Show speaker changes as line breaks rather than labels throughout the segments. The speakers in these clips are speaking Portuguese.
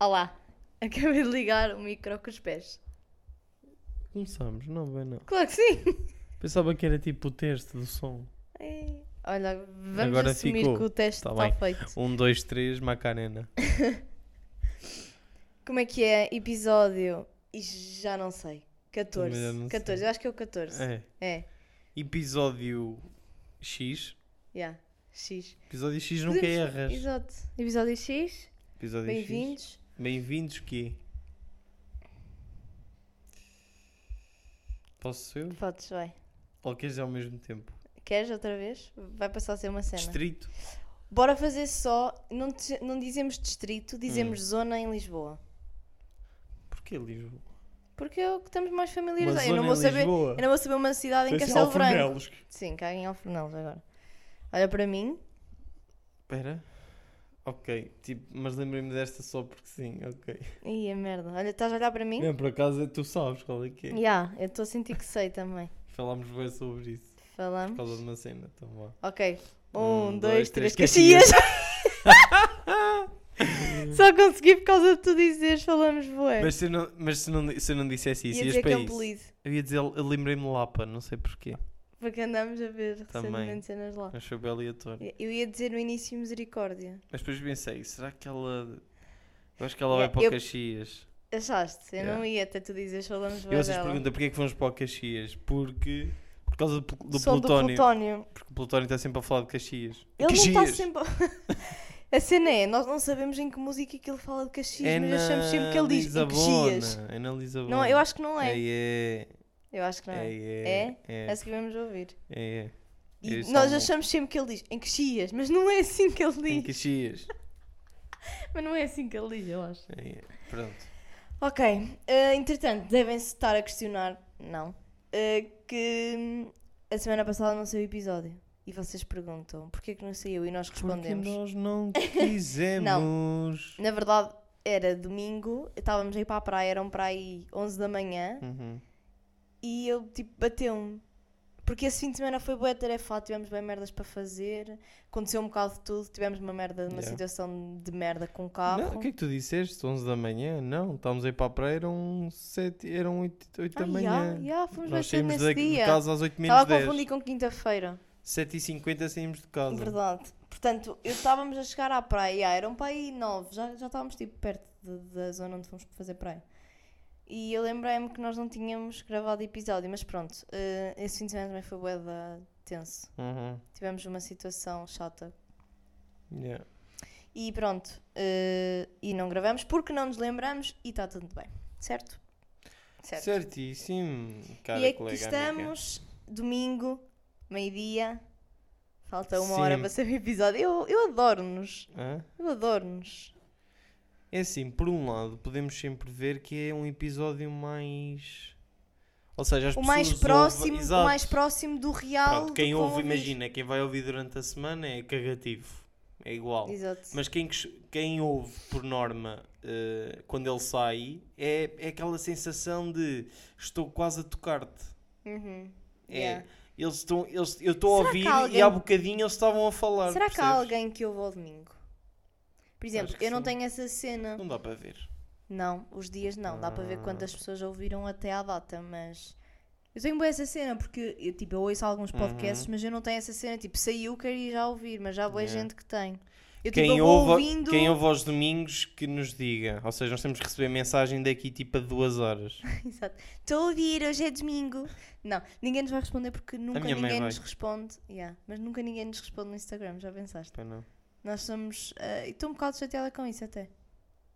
Olá, acabei de ligar o micro com os pés.
Começamos, não, bem não.
Claro que sim!
Pensava que era tipo o texto do som.
Ai, Olha, vamos
Agora
assumir
ficou.
que o teste
Tá
está
bem.
feito.
Um, dois, três, Macarena.
Como é que é? Episódio. e já não sei.
Também
14.
já não
14,
sei.
eu acho que é o 14. É.
É. Episódio X.
yeah. X.
Episódio X nunca
Podemos-
erras.
Exato. Episódio X,
Episódio X.
bem-vindos.
Bem-vindos quê? Posso eu?
Fotos, vai.
Ou queres ao mesmo tempo?
Queres outra vez? Vai passar a ser uma cena.
Distrito?
Bora fazer só. Não, te- não dizemos distrito, dizemos
Hum.
zona em Lisboa.
Porquê Lisboa?
Porque é o que estamos mais
Uma
familiarizados. Eu
zona
não vou
em
saber.
Lisboa?
Eu não vou saber uma cidade em
Tem-se
Castelo Branco.
Alfornelos.
Sim, caga em Alfornelos agora. Olha para mim.
Espera. Ok, tipo, mas lembrei-me desta só porque sim, ok.
Ih, a merda. Olha, estás a olhar para mim?
Não, por acaso tu sabes qual é que é.
Já, eu estou a sentir que sei também.
Falámos bem sobre isso, por
Falamos.
causa de uma cena, então vá.
Ok.
Um,
Um,
dois,
dois,
três,
três, Caxias! Só consegui por causa de tu dizeres, falamos bué.
Mas se eu não, mas se não, se eu não dissesse isso,
É. Ia
ias
dizer é um
para
Campo
isso.
Lido,
Eu ia dizer, eu lembrei-me Lapa, não sei porquê.
porque andámos a ver
Também.
recentemente cenas lá.
Ah. Mas foi bem aleatório.
Eu ia dizer no início Misericórdia.
Mas depois pensei, será que ela. Eu acho que ela
Yeah,
vai para o
eu-
Caxias.
Achaste? Eu não
Yeah.
ia até tu dizeres, falamos
e
bué
vocês
dela.
perguntam porquê é que fomos para o Caxias? Porque. Por causa do, pl- do
Som do
Plutónio.
plutónio.
Porque o Plutónio está sempre a falar de Caxias.
Ele
Caxias!
não está sempre. a cena é, nós não sabemos em que música que ele fala de Caxias,
É
mas
na
achamos sempre que ele diz em Caxias.
Lisabona. É na Lisabona.
Não, eu acho que não é.
É,
Eu acho que não é.
é. É, é.
Essa que vamos ouvir.
É, é.
E
Isso é
nós
um-
achamos sempre que ele diz em Caxias, mas não é assim que ele
Em
diz.
Caxias.
Mas não é assim que ele diz, eu acho.
É, é. Pronto.
Ok, eh, entretanto, devem-se estar a questionar, não, eh, que hum, a semana passada não saiu o episódio. E vocês perguntam porquê que não saiu e nós respondemos.
Porque nós não quisemos.
Na verdade, era domingo, estávamos a ir para a praia, eram para aí 11 da manhã
Uhum.
e eu tipo bateu-me. Porque esse fim de semana foi boa tarefado, tivemos bem merdas para fazer, aconteceu um bocado de tudo, tivemos uma merda, uma
Yeah.
situação de merda com o
Não,
carro.
o que é que tu disseste? 11 da manhã? Não, estávamos aí para a praia, eram 7, eram 8, 8 da
Ah,
manhã.
yeah, yeah, fomos
é. Nós
bastante
saímos
é nesse
da, de
dia.
casa às 8 menos
Estava a
10.
confundir com quinta-feira,
7h50 saímos de casa.
verdade. Portanto, eu estávamos a chegar à praia, yeah, eram para aí nove, já, já estávamos tipo perto de- da zona onde fomos fazer praia. E eu lembrei-me que nós não tínhamos gravado episódio, mas pronto, eh, esse fim de semana também foi bué da tenso.
Uhum.
Tivemos uma situação chata.
Yeah.
E pronto, eh, e não gravamos porque não nos lembramos e está tudo bem, certo? Certo.
Certíssimo, cara
e aqui
colega amiga.
estamos, domingo, meio-dia, falta uma
Sim.
hora para ser o episódio. Eu, eu adoro-nos,
Hã?
eu adoro-nos.
É assim, por um lado, podemos sempre ver que é um episódio mais. Ou seja, as
O
pessoas
mais,
ouvem-
próximo, o
Exato.
mais próximo do real.
Pronto,
do
quem
que
ouve,
vão ouvir.
imagina, quem vai ouvir durante a semana é cagativo. É igual.
Exato.
Mas quem, cos- quem ouve, por norma, eh, quando ele sai, é, é aquela sensação de estou quase a tocar-te.
Uhum.
É,
Yeah.
eles estão, eles, eu estou
Será
a
que
ouvir
há
e
alguém-
há bocadinho eles estavam a falar.
Será que há
percebes?
alguém que ouve ao domingo? Por exemplo,
Acho que
eu não
sim.
tenho essa cena.
Não dá para ver.
Não, os dias não. Dá para ver
Ah.
quantas pessoas ouviram até à data, mas. Eu tenho bem essa cena, porque eu, tipo, eu ouço alguns
Uhum.
podcasts, mas eu não tenho essa cena. Tipo, saiu, queria já ouvir, mas já há boa
Yeah.
gente que tem. Eu,
Quem,
tipo, eu vou
ouve,
ouvindo.
quem ouve aos domingos que nos diga. Ou seja, nós temos que receber mensagem daqui tipo a duas horas.
Exato. Estou a ouvir, hoje é domingo. Não, ninguém nos vai responder porque nunca
minha mãe
ninguém
vai.
nos responde. Yeah, mas nunca ninguém nos responde no Instagram, já pensaste?
Pois não.
Nós somos. eh, e estou um bocado chateada com isso até.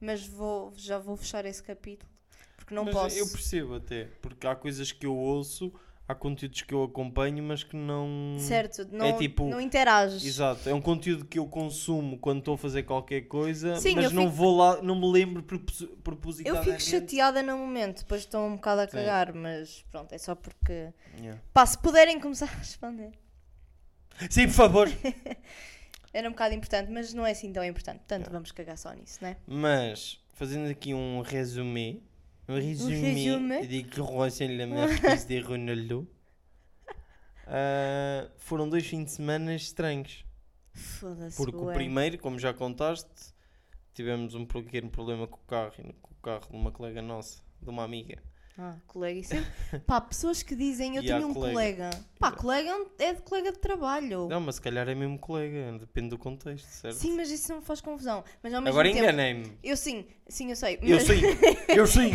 Mas vou, já vou fechar esse capítulo porque não
Mas é,
posso.
Eu percebo até, porque há coisas que eu ouço, há conteúdos que eu acompanho, mas que não.
Hum. Certo, não,
tipo-
não interages.
Exato, é um conteúdo que eu consumo quando estou a fazer qualquer coisa,
Sim,
mas
eu
não
fico-
vou lá, não me lembro propos...
Eu
propositadamente.
fico chateada no momento, depois estou um bocado a
Sim.
cagar, mas pronto, é só porque.
Yeah.
Pá, se puderem começar a responder.
Sim, por favor.
Era um bocado importante, mas não é assim tão importante. Portanto, vamos cagar só nisso, né?
mas, fazendo aqui um resumé, um resumé,
resumé.
de que Rosen Lamarquise de Ronaldo, ah, foram dois fins de semana estranhos.
Foda-se.
Porque o
bué.
primeiro, como já contaste, tivemos um pequeno problema com o carro, e com o carro de uma colega nossa, de uma amiga.
Ah, colega. Isso é... Pá, pessoas que dizem eu
E há
tenho um colega.
colega.
Pá, colega é um- é de colega de trabalho.
Não, mas se calhar é mesmo colega, depende do contexto, certo?
Sim, mas isso não me faz confusão. Mas ao mesmo
Agora
tempo.
enganei-me.
Eu sim, sim, eu sei.
Eu
mas-
sim, eu sim.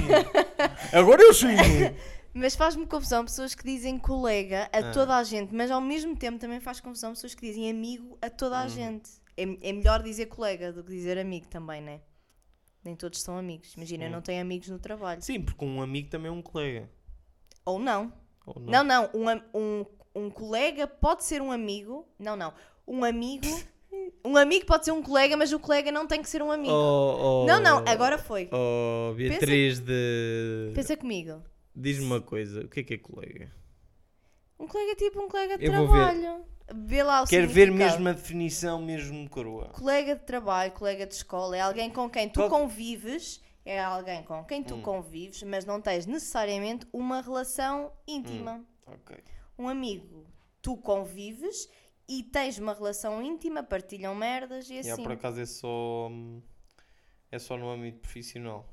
Agora eu sim.
Mas faz-me confusão pessoas que dizem colega a
Ah.
toda a gente, mas ao mesmo tempo também faz confusão pessoas que dizem amigo a toda
Uhum.
a gente. É, é melhor dizer colega do que dizer amigo também, né? Nem todos são amigos. Imagina, eu não tenho amigos no trabalho.
Sim, porque um amigo também é um colega.
Ou não.
Ou
Não,
não?
não. um am- um, um colega pode ser um amigo. Não, não. Um amigo. um amigo pode ser um colega, mas o colega não tem que ser um amigo.
Oh, oh,
Não, não. Agora foi.
Oh, Beatriz de.
Pensa comigo.
Diz-me uma coisa, o que é que é colega?
Um colega é tipo um colega de
Eu vou ver.
trabalho. Vê lá o
Quero ver
significado.
mesmo a definição, mesmo coroa.
colega de trabalho, colega de escola, é alguém com quem tu
Qual- Hum.
convives, é alguém com quem tu convives, mas não tens necessariamente uma relação íntima.
Hum. Ok.
Um amigo, tu convives e tens uma relação íntima, partilham merdas e
E
assim.
por acaso é só. hum, É só no âmbito profissional.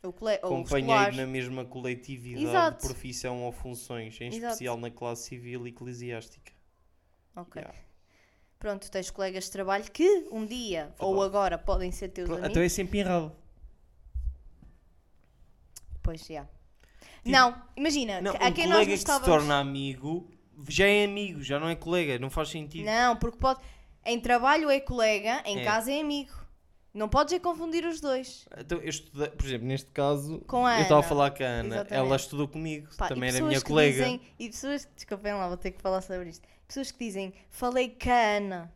O cole... ou o escolar.
Companheiro na mesma coletividade,
Exato.
profissão ou funções, em
Exato.
especial na classe civil e eclesiástica.
Ok.
Yeah.
Pronto, tens colegas de trabalho que um dia ou
Verdade.
agora podem ser teus
Pronto,
amigos.
Então é sempre errado.
Pois já. Não, imagina,
Tipo, Não,
que-
um
a quem
colega
nós
que
nos
se
estávamos.
torna amigo já é amigo, já não é colega, não faz sentido.
Não, porque pode. Em trabalho é colega, em
É.
casa é amigo. Não podes é confundir os dois.
Então, eu estudei, por exemplo, neste caso,
Com a
eu estava a
Ana.
falar com a Ana,
Exatamente.
ela estudou comigo,
Pá, e
também era
pessoas
minha
que
colega.
dizem- e pessoas. Desculpem lá, vou ter que falar sobre isto. Pessoas que dizem, falei com a Ana.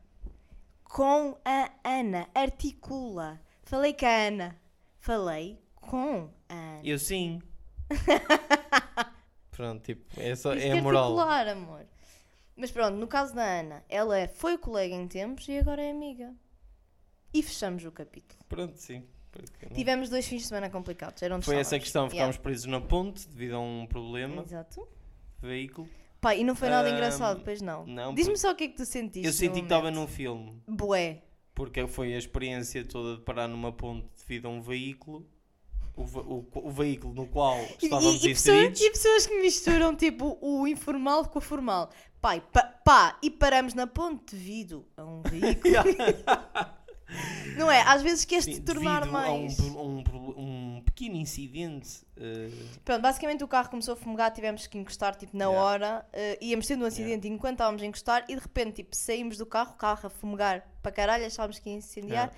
Com a Ana. Articula. Falei com a Ana. Falei com a Ana.
Eu sim. Pronto, tipo, é, só,
Tens
é
que
a moral.
articular, amor. Mas pronto, no caso da Ana, ela é- foi colega em tempos e agora é amiga. E fechamos o capítulo.
Pronto, sim. porque não-
Tivemos dois fins de semana complicados. Era onde
Foi essa a
estávamos.
questão,
Yeah.
ficámos presos na ponte devido a um problema
Exato.
de veículo.
Pá, e não foi nada
Ahm,
engraçado, pois não.
não,
Diz-me só o que é que tu sentiste.
eu senti
no
que estava
momento.
num filme,
Bué.
porque foi a experiência toda de parar numa ponte devido a um veículo, o, ve- o qu- o veículo no qual
E,
estávamos
e- e
inseridos.
pessoas, e pessoas que misturam tipo o informal com o formal. Pai, pá, pá, e paramos na ponte devido a um veículo. não é? Às vezes quer se
Sim,
tornar
devido a um
mais.
pro- a um, pro- um pequeno incidente. eh,
Pronto, basicamente o carro começou a fumegar, tivemos que encostar tipo na
Yeah.
hora, eh, íamos tendo um acidente enquanto estávamos a encostar e de repente tipo saímos do carro, o carro a fumegar para caralho, achávamos que ia incendiar
é.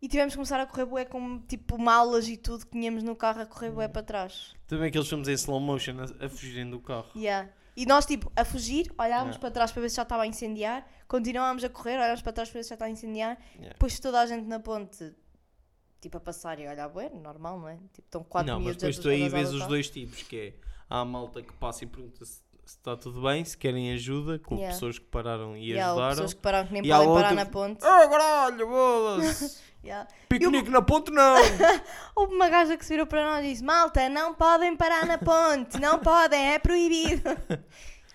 e tivemos que começar a correr bué com tipo malas e tudo que tínhamos no carro a correr bué para trás.
Também aqueles filmes em slow motion a, a fugirem do carro.
Yeah. E nós tipo a fugir, olhávamos
Yeah.
para trás para ver se já estava a incendiar, continuávamos a correr, olhávamos para trás para ver se já está a incendiar,
Yeah.
depois toda a gente na ponte tipo a passar e olhar bué, normal não é? Tipo estão quatro
não, mas
miúdos a
depois tu aí
desbaratar o
vês os
carro.
dois tipos, que é há a malta que passa e pergunta se, se está tudo bem, se querem ajuda, com
Yeah.
pessoas que pararam e
E há
ajudaram.
pessoas que pararam que nem
E há
podem parar
outra-
na ponte.
Oh, caralho, bolas!
Yeah.
Piquenique na ponte não!
Tá Houve uma gaja que se virou para nós e disse: Malta, não podem parar na ponte, não podem, é proibido.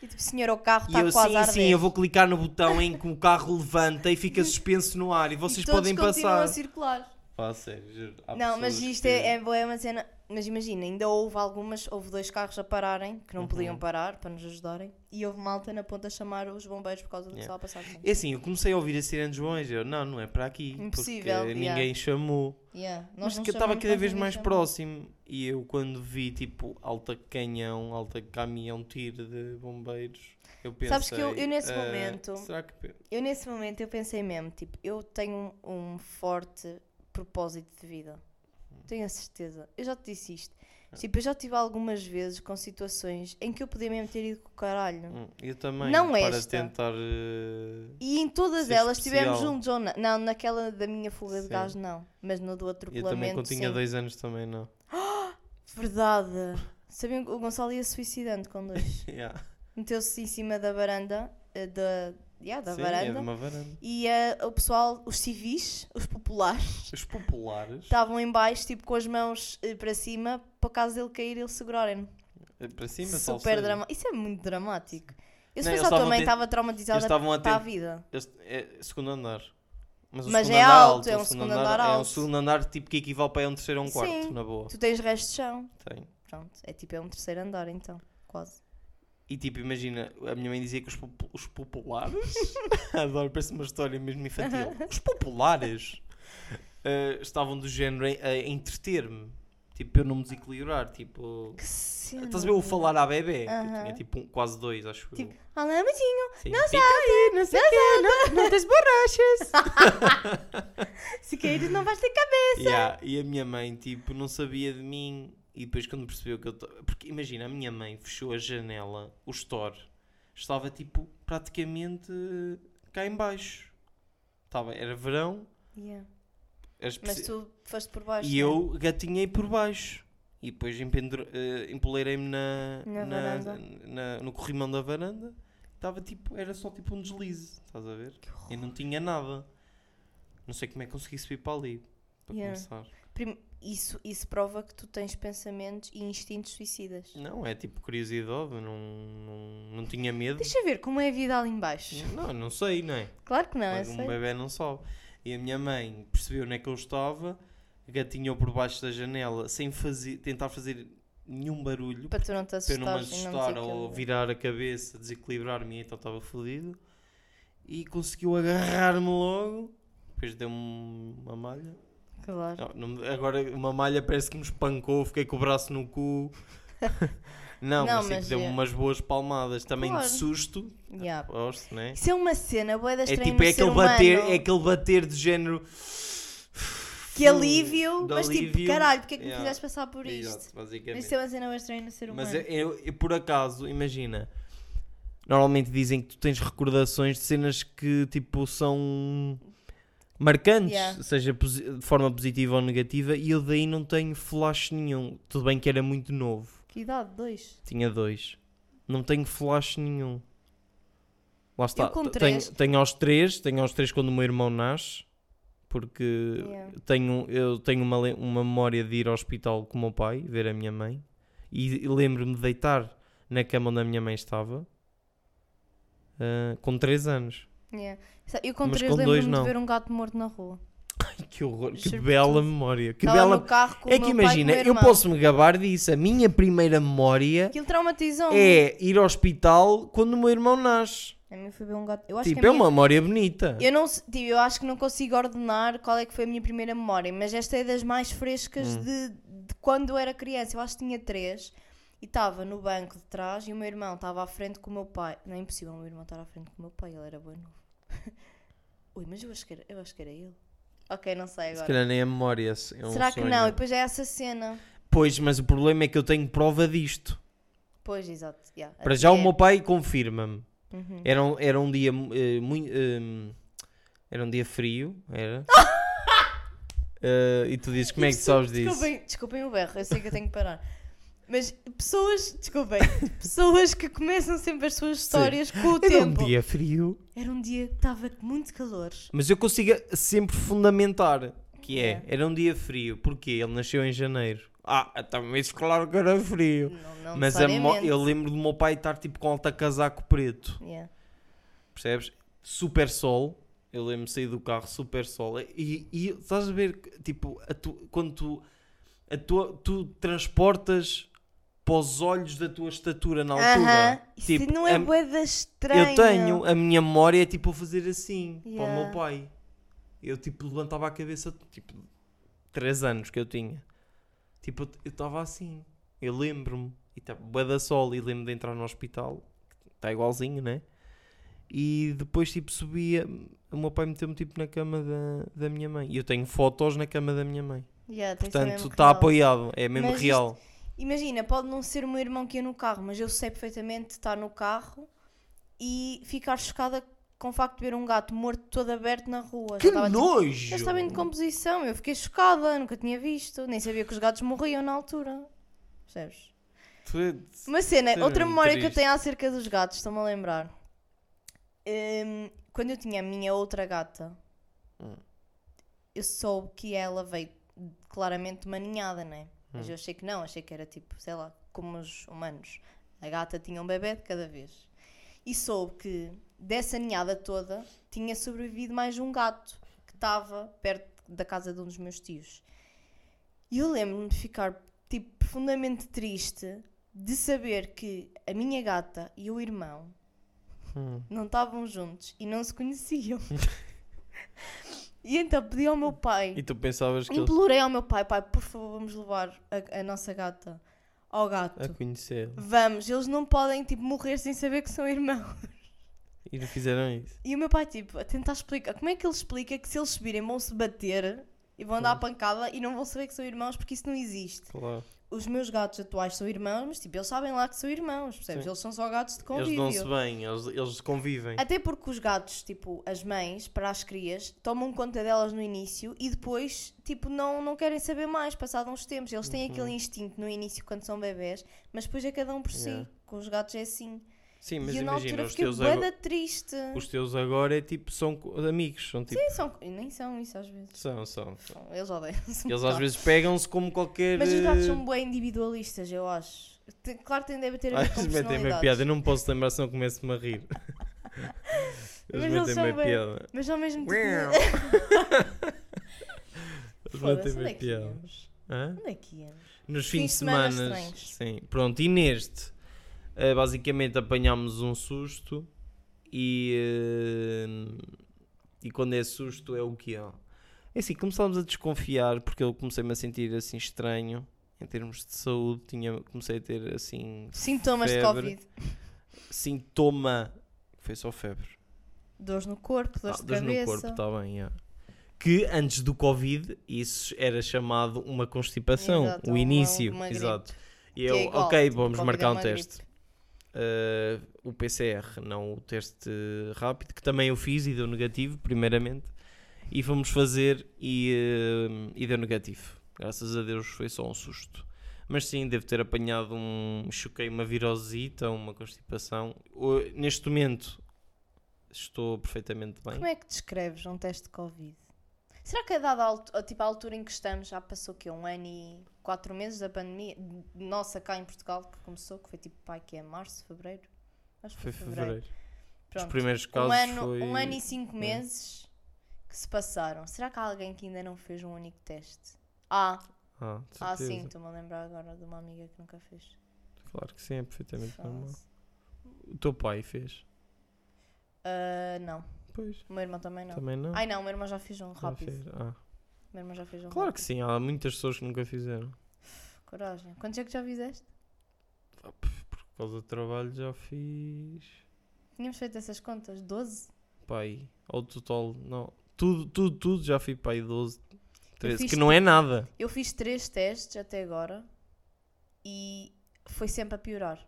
E tipo, senhor, o carro
e
está
eu,
quase a
sim,
arder.
sim, eu vou clicar no botão em que o carro levanta e fica suspenso no ar e
E
vocês
todos
podem
continuam
passar.
a circular.
Pá, sério, juro, há
não, mas
pessoas
isto
que-
é, é boa, é uma cena. Mas imagina, ainda houve algumas, houve dois carros a pararem,
Uhum.
que não podiam parar para nos ajudarem, e houve malta na ponte a chamar os bombeiros por causa do que
Yeah.
estava a passar.
É assim, eu comecei a ouvir a Sirene de Joões, eu, não, não é para aqui.
Impossível,
Porque
yeah.
ninguém chamou.
Yeah.
Mas
Nós não
que eu estava
chamamos,
cada
mas
vez
ninguém
mais
chama.
próximo e eu quando vi tipo alta canhão, alta caminhão, tiro de bombeiros, eu pensei...
Sabes que eu- eu nesse
"Ah,
momento-
Será que... pe-
Eu nesse momento eu pensei mesmo, tipo, eu tenho um, um forte propósito de vida. Tenho a certeza. Eu já te disse isto.
É.
Tipo, eu já tive algumas vezes com situações em que eu podia mesmo ter ido com o caralho.
Hum, Eu também,
Não
para
esta.
tentar... eh,
E em todas
Ser
elas estivemos
especial.
juntos ou não. Não, naquela da minha fuga de
Sim.
gás não. Mas no do
Eu
atropelamento,
também quando tinha
sim.
dois anos também não.
Verdade. Sabiam que o Gonçalo ia suicidando com dois.
Yeah.
Meteu-se em cima da varanda, eh, da... Yeah, da
Sim, é de
varanda.
uma varanda.
E eh, o pessoal, os civis, os populares,
Os populares,
estavam em baixo, tipo com as mãos eh, para cima, para caso dele cair, ele segurarem-no.
eh, para cima, salvo
Super
seja.
dramático. Isso é muito dramático. Eu se
Não,
fosse
eles
a tua
estavam
mãe,
a ten-
estava
Eles
traumatizada
estavam a
para a
tentar...
vida.
Eles... É, segundo andar. o
Mas
segundo
é
andar
alto, é
o
um
segundo
segundo andar
É um
alto.
segundo andar tipo que equivale para aí a um terceiro ou um quarto,
Sim.
na boa.
Tu tens resto de chão.
Tem.
Pronto, é tipo, é um terceiro andar então, quase.
E tipo, imagina, a minha mãe dizia que os, popu- os populares. Adoro, parece uma história mesmo infantil. Os populares eh, estavam do género em- a entreter-me. Tipo, para eu não me desequilibrar. Tipo.
Que cena.
Estás a ver o falar à bebê? Que eu
Aham.
tinha tipo um- quase dois, acho
Tipo,
eu.
olá, amiguinho.
Sim.
Não
Pica
salta, não sei quê, não, não tens borrachas. Se caíres não vais ter cabeça.
Yeah, E a minha mãe, tipo, não sabia de mim. E depois, quando percebeu que eu. to- Porque imagina, a minha mãe fechou a janela, o store, estava tipo praticamente eh, cá em baixo. Estava, era verão.
Yeah.
as
Mas
pessoas-
tu foste por baixo.
e
né?
eu gatinhei por baixo. E depois empendro- eh, empoleirei-me na,
Na varanda.
na- no corrimão da varanda. Estava tipo, era só tipo um deslize, estás a ver? Eu não tinha nada. Não sei como é que consegui subir para ali. Para
Yeah.
começar.
Prim- Isso, isso prova que tu tens pensamentos e instintos suicidas.
Não, é tipo curiosidade, eu não, não, não tinha medo.
Deixa ver como é a vida ali embaixo.
Não, não sei, não é?
Claro que não, é
Mas um
sério.
bebê não sobe. E a minha mãe percebeu onde é que eu estava, gatinhou por baixo da janela sem fazer, tentar fazer nenhum barulho.
Para tu não te
para eu não me
assustares e não
assustar ou
desequilibrar.
virar a cabeça, desequilibrar-me, então estava fodido. E conseguiu agarrar-me logo. Depois deu-me uma malha.
Claro.
Não, não- agora uma malha parece que me espancou, fiquei com o braço no cu.
Não,
não, mas, tipo,
mas
deu-me
é-
umas boas palmadas. Também
Claro.
de susto.
Yeah.
Gosto, né?
Isso é uma cena boa da
É
estranha
tipo,
no
é
ser
aquele, bater,
humano.
é aquele bater de género.
Que alívio,
De
mas
alívio.
tipo, caralho, porque é que
Yeah.
me fizeste passar por isto?
Exato, basicamente.
Mas isso é uma cena boa estranha no ser humano.
Mas é eu, eu- eu, por acaso, imagina, normalmente dizem que tu tens recordações de cenas que tipo são marcantes,
Yeah.
seja posi- de forma positiva ou negativa, e eu daí não tenho flash nenhum. Tudo bem que era muito novo,
Que idade? Dois?
tinha dois. Não tenho flash nenhum. Lá está.
Eu com
t-
três.
Tenho, tenho aos três, tenho aos três quando o meu irmão nasce, porque
Yeah.
tenho, eu tenho uma, le- uma memória de ir ao hospital com o meu pai, ver a minha mãe, e lembro-me de deitar na cama onde a minha mãe estava ah, com 3 anos.
Yeah. Sabe, Eu com
Mas
três
com dois,
lembro-me de
não.
ver um gato morto na rua.
Ai, que horror, que
Juro-te
bela
tudo.
memória. Que
é Estava
bela...
no carro com
É
o
que
meu pai e com o
imagina,
meu
eu
irmão.
posso me gabar disso. A minha primeira memória
Aquilo traumatizou-me.
é ir ao hospital quando o meu irmão nasce.
A mim foi ver um gato. Eu acho
Tipo,
que
é
a minha...
uma memória bonita.
Eu não se- tipo, eu acho que não consigo ordenar qual é que foi a minha primeira memória, mas esta é das mais frescas
Hum.
de, de quando eu era criança. Eu acho que tinha três e estava no banco de trás e o meu irmão estava à frente com o meu pai. Não é impossível o meu irmão estar à frente com o meu pai, ele era boi novo. Ui, mas eu acho que era, eu acho que era ele. Ok, não sei
Se
agora.
calhar nem é memória. é um
Será que
sonho.
não? E depois é essa cena.
Pois, mas o problema é que eu tenho prova disto.
Pois, exato. yeah.
Para já o
É.
meu pai confirma-me.
Uhum.
Era, um, era um dia muito. era um dia frio, era. Eh, e tu dizes, como é que sabes disso?
Desculpem, desculpem o berro, eu sei que eu tenho que parar. Mas pessoas, desculpem, pessoas que começam sempre as suas histórias com o
Era um
tempo.
dia frio.
Era um dia que estava muito calor.
Mas eu consigo sempre fundamentar que é.
Yeah.
Era um dia frio. Porque ele nasceu em janeiro. Ah, então isso claro que era frio.
Não, não
Mas a mo-
necessariamente.
eu lembro do meu pai estar tipo com alta casaco preto.
Yeah.
percebes? Super sol. Eu lembro-me de sair do carro, super sol. E, e estás a ver, tipo, a tu- quando tu, a tua, tu transportas para os olhos da tua estatura na altura.
Aham. Isso
Tipo,
não é
a-
boeda estranha.
eu tenho, a minha memória é tipo eu fazer assim, para o
Yeah.
meu pai. Eu tipo levantava a cabeça, tipo, 3 anos que eu tinha. Tipo, eu- eu estava assim. Eu lembro-me. E estava bué da sol e lembro de entrar no hospital. Está igualzinho, né? E depois tipo subia, o meu pai meteu-me tipo na cama da, da minha mãe. E eu tenho fotos na cama da minha mãe.
Yeah, tem que ser
Portanto,
é mesmo
está
real.
apoiado, é mesmo
Mas isto-
real.
Imagina, pode não ser o meu irmão que ia no carro, mas eu sei perfeitamente estar no carro e ficar chocada com o facto de ver um gato morto todo aberto na rua. Já
Que
estava, tipo,
nojo!
Eles estavam em decomposição, eu fiquei chocada, nunca tinha visto, nem sabia que os gatos morriam na altura. Percebes?
Tu-
Uma cena,
Sim,
outra memória que eu
triste.
tenho acerca dos gatos, estou-me a lembrar. Hum, quando eu tinha a minha outra gata,
Hum.
eu soube que ela veio claramente de uma ninhada, né? Mas
Hum.
eu achei que não, achei que era tipo, sei lá, como os humanos. A gata tinha um bebê de cada vez. E soube que dessa ninhada toda tinha sobrevivido mais um gato que estava perto da casa de um dos meus tios. E eu lembro-me de ficar tipo, profundamente triste de saber que a minha gata e o irmão
Hum.
não estavam juntos e não se conheciam. e então pedi ao meu pai
E tu pensavas
Um
que eles
Implorei ao meu pai, pai, por favor, vamos levar a, a nossa gata ao gato.
a conhecer
Vamos, eles não podem, tipo, morrer sem saber que são irmãos.
e não fizeram isso.
E o meu pai, tipo, a tentar explicar, como é que ele explica que se eles subirem vão se bater e vão dar a pancada e não vão saber que são irmãos porque isso não existe.
Claro.
Os meus gatos atuais são irmãos, mas, tipo, eles sabem lá que são irmãos, percebes?
Sim.
Eles são só gatos de
Eles
convívio.
dão-se bem, eles, eles convivem.
Até porque os gatos, tipo, as mães, para as crias, tomam conta delas no início e depois, tipo, não, não querem saber mais, passados uns tempos. Eles
Uhum.
têm aquele instinto no início quando são bebés, mas depois é cada um por
Yeah.
si. Com os gatos é assim.
Sim, mas
e eu na
imagina,
altura
os
fiquei
teus, agora,
bué da triste.
os teus agora é tipo, são co- amigos, são tipo.
Nem, são, nem são isso às vezes.
São, são.
São- Eles odeiam-se. um
Eles às
bocado.
vezes pegam-se como qualquer.
Mas os gatos são
eh,
bem individualistas, eu acho. Tem- claro que tem de ter a
Ah,
ver com
eles metem meio
personalidades.
piada, eu não me posso lembrar senão começo-me a rir.
Mas
eles
eles
metem
são
meio
bem-
piada.
Mas ao mesmo tempo...
eles
Foda-se,
metem
onde é
meio
que
piada.
íamos?
Hã?
Onde é que íamos?
Nos fins de semana.
estranhos.
Sim, pronto. E neste, eh, basicamente apanhámos um susto e. eh, e quando é susto é o que há. É assim, começámos a desconfiar porque eu comecei-me a sentir assim estranho em termos de saúde. Tinha, comecei a ter assim
Sintomas de
Febre.
Covid.
sintoma. Foi só febre.
Dores no corpo,
Ah,
dores de
dores no
cabeça.
corpo, está bem, yeah. Que antes do Covid, isso era chamado uma constipação,
Exato,
o
uma-
início.
uma gripe,
exato.
que
E eu,
é igual,
ok,
tipo,
vamos
Covid é
marcar um
uma
teste. Ah, o PCR, não o teste rápido, que também eu fiz e deu negativo, primeiramente. E fomos fazer e, ah, e deu negativo. Graças a Deus foi só um susto. Mas sim, devo ter apanhado um. choquei uma virosita, uma constipação. Ho- Neste momento estou perfeitamente bem.
Como é que descreves um teste de Covid? Será que a dada altu- a- tipo, a altura em que estamos, já passou que um ano e quatro meses da pandemia? Nossa, cá em Portugal, que começou, que foi tipo, pai, que é março, fevereiro? Acho que
Foi
foi fevereiro.
fevereiro. Os
Pronto.
primeiros casos
Um ano,
foi... É.
um ano e cinco meses que se passaram. Será que há alguém que ainda não fez um único teste? Ah,
Ah, de
ah
certeza.
sim, estou-me a lembrar agora de uma amiga que nunca fez.
Claro que sim, é perfeitamente normal.
Foda-se. assim.
O teu pai fez?
Ah, não,
Pois,
o meu irmão também não.
também não.
Ai não, o meu irmão já fez um
Já
rápido.
fez. Ah.
O meu irmão já fez um
Claro
rápido.
que sim, há muitas pessoas que nunca fizeram.
Coragem. Quantos é que já fizeste?
Por causa do trabalho já fiz.
Tínhamos feito essas contas? 12?
Pai, ao total, não. Tudo, tudo, tudo já fui pai 12, 13,
fiz
que não é nada.
Eu fiz 3 testes até agora e foi sempre a piorar.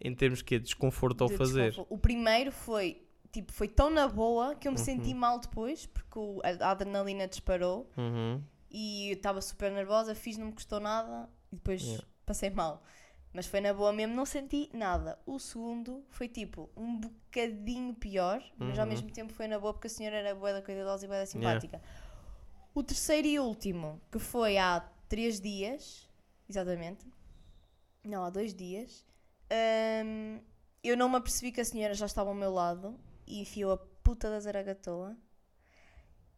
Em termos que é desconforto ao
de
fazer.
desconforto. O primeiro foi, tipo, foi tão na boa que eu me senti mal depois, porque o- a a adrenalina disparou
Uhum.
e eu estava super nervosa, fiz, não me custou nada e depois
Yeah.
passei mal. Mas foi na boa mesmo, não senti nada. O segundo foi tipo um bocadinho pior, mas ao
Uhum.
mesmo tempo foi na boa porque a senhora era boa da cuidadosa e boa da
Yeah.
simpática. O terceiro e último, que foi há três dias, exatamente, não, há dois dias, hum, eu não me apercebi que a senhora já estava ao meu lado e enfiou a puta da zaragatoa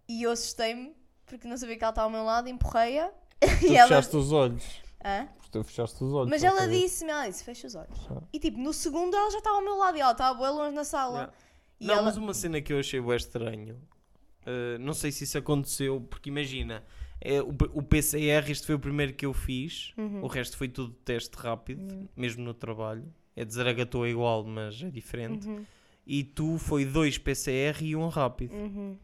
e eu assustei-me porque não sabia que ela estava ao meu lado, empurrei-a
Tu
e ela.
fechaste os olhos.
Hã?
Porque tu fechaste os olhos.
Mas
não
ela
foi?
disse-me, ela disse, fecha os olhos.
Ah.
E tipo, no segundo ela já estava ao meu lado e ela estava bem longe na sala.
Yeah.
E
não,
ela...
mas uma cena que eu achei bem estranho. uh, não sei se isso aconteceu, porque imagina, é, o, P- o PCR, este foi o primeiro que eu fiz,
Uhum.
o resto foi tudo teste rápido, mesmo no trabalho. É de Zaragatou igual, mas é diferente. E tu foi dois PCR e um rápido.
Uhum.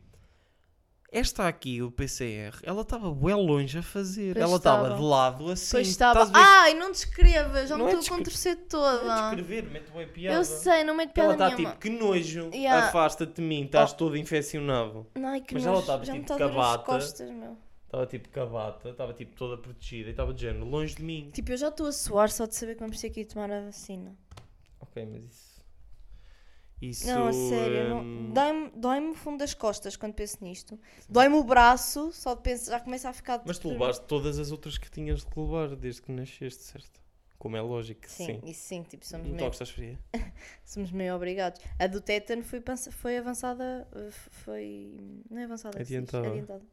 Esta aqui, o PCR, ela estava bem longe a fazer.
Pois
ela estava
estava.
de lado assim.
Depois estava.
estás a ver?
Ai, não descrevas, já me
Não é
estou a
descre-
contorcer
Não é
toda.
descrever, mete bué piada.
Ah! Eu sei, não meto
Ela
piada
está
nenhuma.
tipo, que nojo,
Yeah. Oh.
afasta-te de mim, estás todo infeccionado.
Ai, que
tipo, Mas ela
nojo,
estava,
já me
tipo,
está a doer as
cavata.
costas, meu.
Estava tipo cavata, estava tipo toda protegida e estava de género, longe de mim.
Tipo, eu já estou a suar só de saber que vamos ter que ir tomar a vacina.
Ok, mas isso. Isso.
Não, a sério,
hum,
não... dói-me dói-me o fundo das costas quando penso nisto. Dói-me o braço, só de pensar, já começa a ficar.
Mas tu
tipo,
levaste todas as outras que tinhas de levar desde que nasceste, certo? Como é lógico que
Sim,
sim.
isso sim, tipo, somos
Não
meio,
toques, estás fria.
somos meio obrigados. A do tétano foi, pansa- foi avançada, eh, f- foi. Não é avançada, é que se diz?
Adiantada.
adiantada.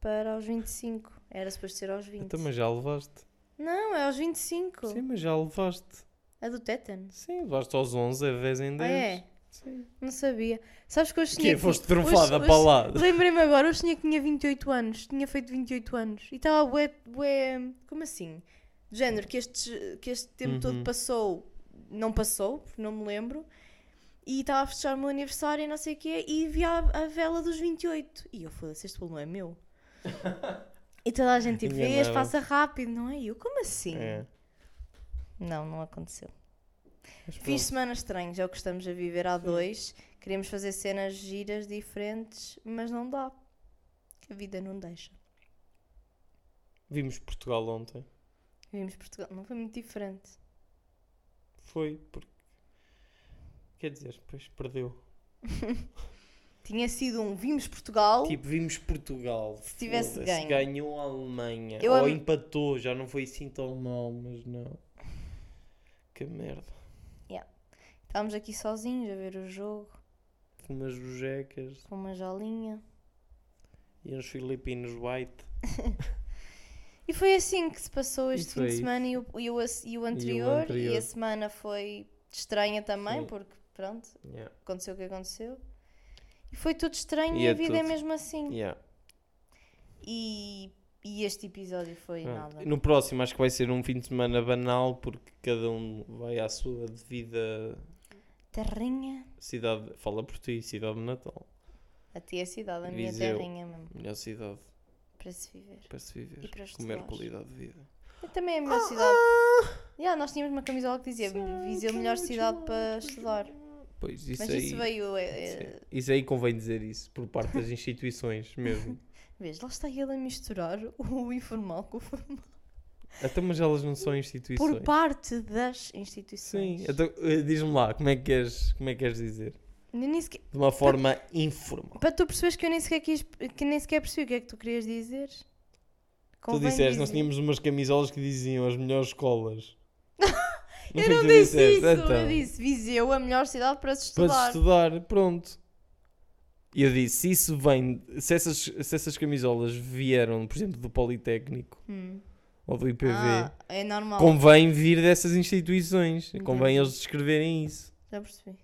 Para aos 25. Era suposto ser aos 20.
Então, mas já levaste.
Não, é aos 25.
Sim, mas já levaste.
A do tétano.
Sim, levaste aos 11, é 10 em
Ah,
10.
é?
Sim.
Não sabia. Sabes que hoje
Que
tinha. tipo,
foste um
hoje-
trunfada
hoje-
para lá.
Lembrei-me agora, hoje tinha que tinha 28 anos, tinha feito 28 anos e estava bué, bué, como assim? Do género, que, estes, que este tempo todo
Uhum.
passou, não passou, porque não me lembro, e estava a festejar o meu aniversário e não sei o quê, e vi a, a vela dos 28. E eu, foda-se, este bolo não é meu. e toda a gente, tipo, vês,
Enganaram-se.
passa rápido, não é? E eu, como assim?
É.
Não, não aconteceu.
Mas
Fiz
pronto.
semanas estranhas, é o que estamos a viver há dois. Queríamos fazer cenas giras diferentes, mas não dá. A vida não deixa.
Vimos Portugal ontem.
Vimos Portugal, não foi muito diferente.
Foi porque. Quer dizer, depois perdeu.
Tinha sido um vimos Portugal,
Tipo, vimos Portugal.
Se tivesse
foda-se,
ganho.
Ganhou a Alemanha.
Eu
Ou
am-
empatou, já não foi assim tão mal, mas não. Que merda.
estávamos aqui sozinhos a ver o jogo,
Com umas bojecas
com uma jolinha.
e uns filipinos white.
E foi assim que se passou
E
este fim
foi
de
isso.
semana e o, e o, ass- e o anterior. E
anterior.
a semana foi estranha também,
Sim.
porque pronto,
Yeah.
aconteceu o que aconteceu. E foi tudo estranho
E
e,
é
a vida é
tudo.
mesmo assim.
Yeah.
E, e este episódio foi
Pronto.
nada.
No próximo acho que vai ser um fim de semana banal porque cada um vai à sua devida
Terrinha.
cidade. Fala por ti, cidade de Natal.
A ti é a cidade, a minha
Viseu.
terrinha mesmo,
Melhor cidade
para se viver.
para se viver.
E para
Comer
estudar.
qualidade de vida.
Eu também é a
Ah,
melhor cidade. Yeah, nós tínhamos uma camisola que dizia Viseu, melhor cidade para estudar.
Pois isso
Mas
aí.
isso veio. é, é,
Sim. Isso aí convém dizer isso por parte das instituições mesmo.
Vês, lá está ele a misturar o informal com o formal.
Até mas elas não são instituições.
Por parte das instituições.
Sim, então, eh, diz-me lá, como é, que queres, como é que queres dizer?
Eu nem sequer-
De uma forma informal.
Para tu perceberes que eu nem sequer, quis, que nem sequer percebi o que é que tu querias dizer.
tu
Convém
disseste, nós
dizer.
tínhamos umas camisolas que diziam as melhores escolas.
Eu
foi
não
que tu
disse isso,
disseste? Então,
eu disse Viseu, a melhor cidade para se
Para se
estudar.
estudar, pronto. E eu disse, se isso vem, se essas, se essas camisolas vieram, por exemplo, do Politécnico
Hum.
ou do IPV,
Ah, é normal,
convém vir dessas instituições. Convém
Entendi.
eles descreverem isso.
já percebi.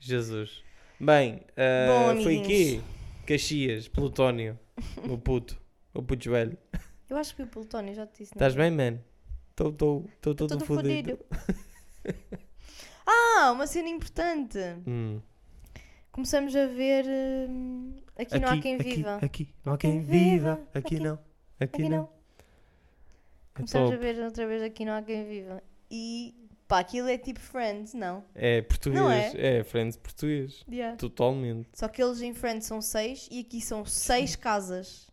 Jesus. Bem, ah,
Bom,
foi aqui.
amiguinhos.
Caxias, Plutónio. O puto. O puto velho.
Eu acho que o Plutónio já te disse. não
Estás
é?
bem, mano? Estou todo
Todo
fodido.
ah, uma cena importante.
Hum.
Começamos a ver. hum, aqui, não há quem
aqui,
viva.
Aqui não há
Quem
quem viva.
viva.
Aqui
Aqui-
não. Aqui
Aqui
não. É
Começamos a
top.
ver outra vez Aqui não há quem viva. E pá, aquilo é tipo Friends, não?
É
Não
português.
é?
É? Friends português.
Yeah.
Totalmente.
Só que eles em Friends são seis e aqui são seis casas.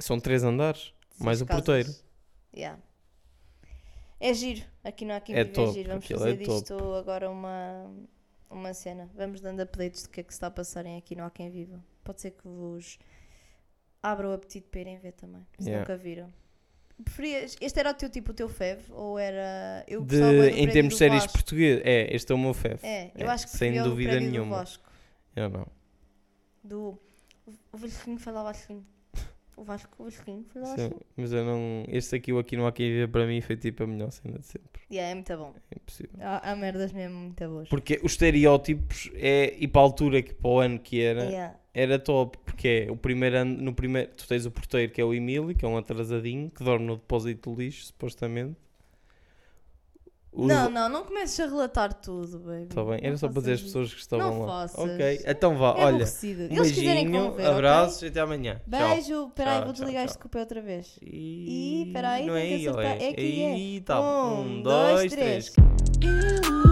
São três andares.
Seis
Mais um o
casas.
porteiro.
Yeah. É giro. Aqui não há quem
É
viva,
top,
é giro. Vamos
aquilo
fazer
é top.
disto agora uma, uma cena. Vamos dando updates do que é que se está a passar em Aqui não há quem viva. Pode ser que vos abra o apetite para irem ver também, se
Yeah.
nunca viram. Preferias, este era o teu tipo, o teu feve? Ou era. Eu
De-
gostava bué do
em
Prédio do
termos de séries
Vasco.
portuguesas, é, este é o meu fef.
É, eu
É,
acho que
sem
preferia o do
dúvida
Prédio do
nenhuma.
Vasco,
Eu não.
do. O Vasquinho fala Vasquinho. O Vasco, o Vasquinho fala
Sim,
Vasquinho.
mas eu não. Este aqui, o aqui não há quem viva, para mim foi tipo a melhor cena de sempre.
Yeah, é muito bom.
É impossível.
Há, há merdas mesmo muito boas.
Porque os estereótipos é, e para a altura que para o ano que era,
Yeah.
era top, porque é o primeiro ano, no primeiro, tu tens o porteiro que é o Emílio, que é um atrasadinho, que dorme no depósito do lixo, supostamente. O-
Não, não, não comeces a relatar tudo, baby.
Tá bem, era
Não
só para dizer as
faças
pessoas que estavam
Não
lá.
faças.
Ok, então vá,
isso. É
olha.
aborrecido.
Um
Eles quiserem
beijinho,
conviver, ok?
abraço e até amanhã. Tchau.
Beijo, peraí,
Tchau,
vou
tchau,
desligar
tchau.
este cupê outra vez.
E
Ih, peraí,
não
tem
é
que
aí, ou
acertar. É que é.
Ih, tá.
Um,
Um,
dois,
dois, três.
três.